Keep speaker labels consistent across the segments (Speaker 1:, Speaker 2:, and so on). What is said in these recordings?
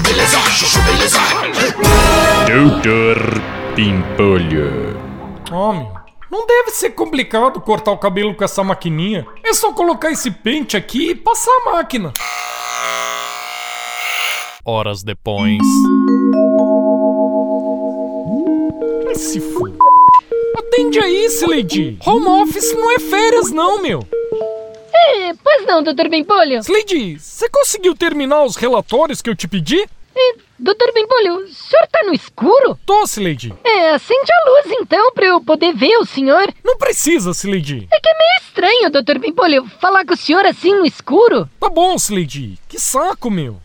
Speaker 1: beleza, chuchu beleza.
Speaker 2: Doutor Pimpolho.
Speaker 3: Homem, não deve ser complicado cortar o cabelo com essa maquininha. É só colocar esse pente aqui e passar a máquina.
Speaker 4: Horas depois.
Speaker 3: Se f... Atende aí, Slade. Home office não é férias não, meu.
Speaker 5: É, pois não, Dr. Bempolho.
Speaker 3: Slade, você conseguiu terminar os relatórios que eu te pedi?
Speaker 5: É, Dr. Bempolho, o senhor tá no escuro?
Speaker 3: Tô, Slade.
Speaker 5: É, acende a luz então pra eu poder ver o senhor.
Speaker 3: Não precisa, Slade.
Speaker 5: É que é meio estranho, Dr. Bempolho, falar com o senhor assim no escuro.
Speaker 3: Tá bom, Slade. Que saco, meu.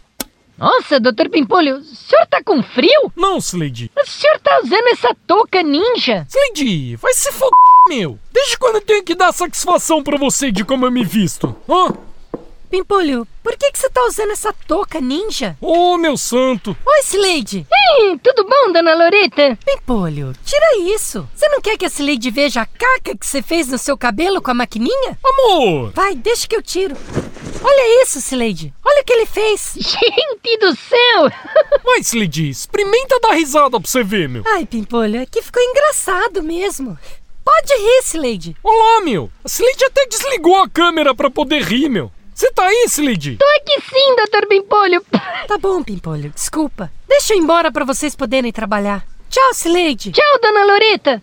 Speaker 5: Nossa, Dr. Bempolho, o senhor tá com frio?
Speaker 3: Não, Slade.
Speaker 5: Mas o senhor tá usando essa touca ninja?
Speaker 3: Slade, vai se f... meu. Desde quando eu tenho que dar satisfação pra você de como eu me visto? Hã?
Speaker 6: Pimpolho, por que, que você tá usando essa touca ninja?
Speaker 3: Ô, meu santo.
Speaker 6: Oi, Slade!
Speaker 5: Ei, tudo bom, dona Loreta?
Speaker 6: Pimpolho, tira isso! Você não quer que a Slade veja a caca que você fez no seu cabelo com a maquininha?
Speaker 3: Amor.
Speaker 6: Vai, deixa que eu tiro. Olha isso, Slade! Olha o que ele fez!
Speaker 5: Gente do céu!
Speaker 3: Mas, Slade, experimenta dar risada pra você ver, meu.
Speaker 6: Ai, Pimpolho, é que ficou engraçado mesmo. Pode rir, Slade.
Speaker 3: Olá, meu. A Slade até desligou a câmera pra poder rir, meu. Você tá aí, Slade?
Speaker 5: Tô aqui sim, Dr. Bempolho.
Speaker 6: Tá bom, Pimpolho, desculpa. Deixa eu ir embora pra vocês poderem trabalhar. Tchau, Slade!
Speaker 5: Tchau, dona Loreta.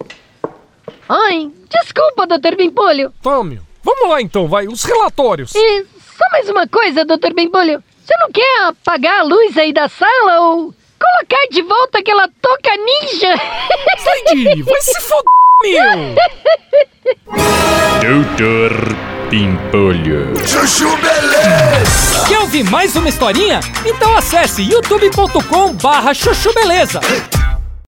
Speaker 5: Ai, desculpa, Dr. Bempolho.
Speaker 3: Tá, meu. Vamos lá então, vai. Os relatórios.
Speaker 5: E só mais uma coisa, Dr. Bempolho. Você não quer apagar a luz aí da sala ou colocar de volta aquela touca ninja?
Speaker 3: Slade, vai se foder, meu.
Speaker 2: Doutor Pimpolho.
Speaker 1: Chuchu beleza.
Speaker 7: Quer ouvir mais uma historinha? Então acesse youtube.com barra chuchu beleza.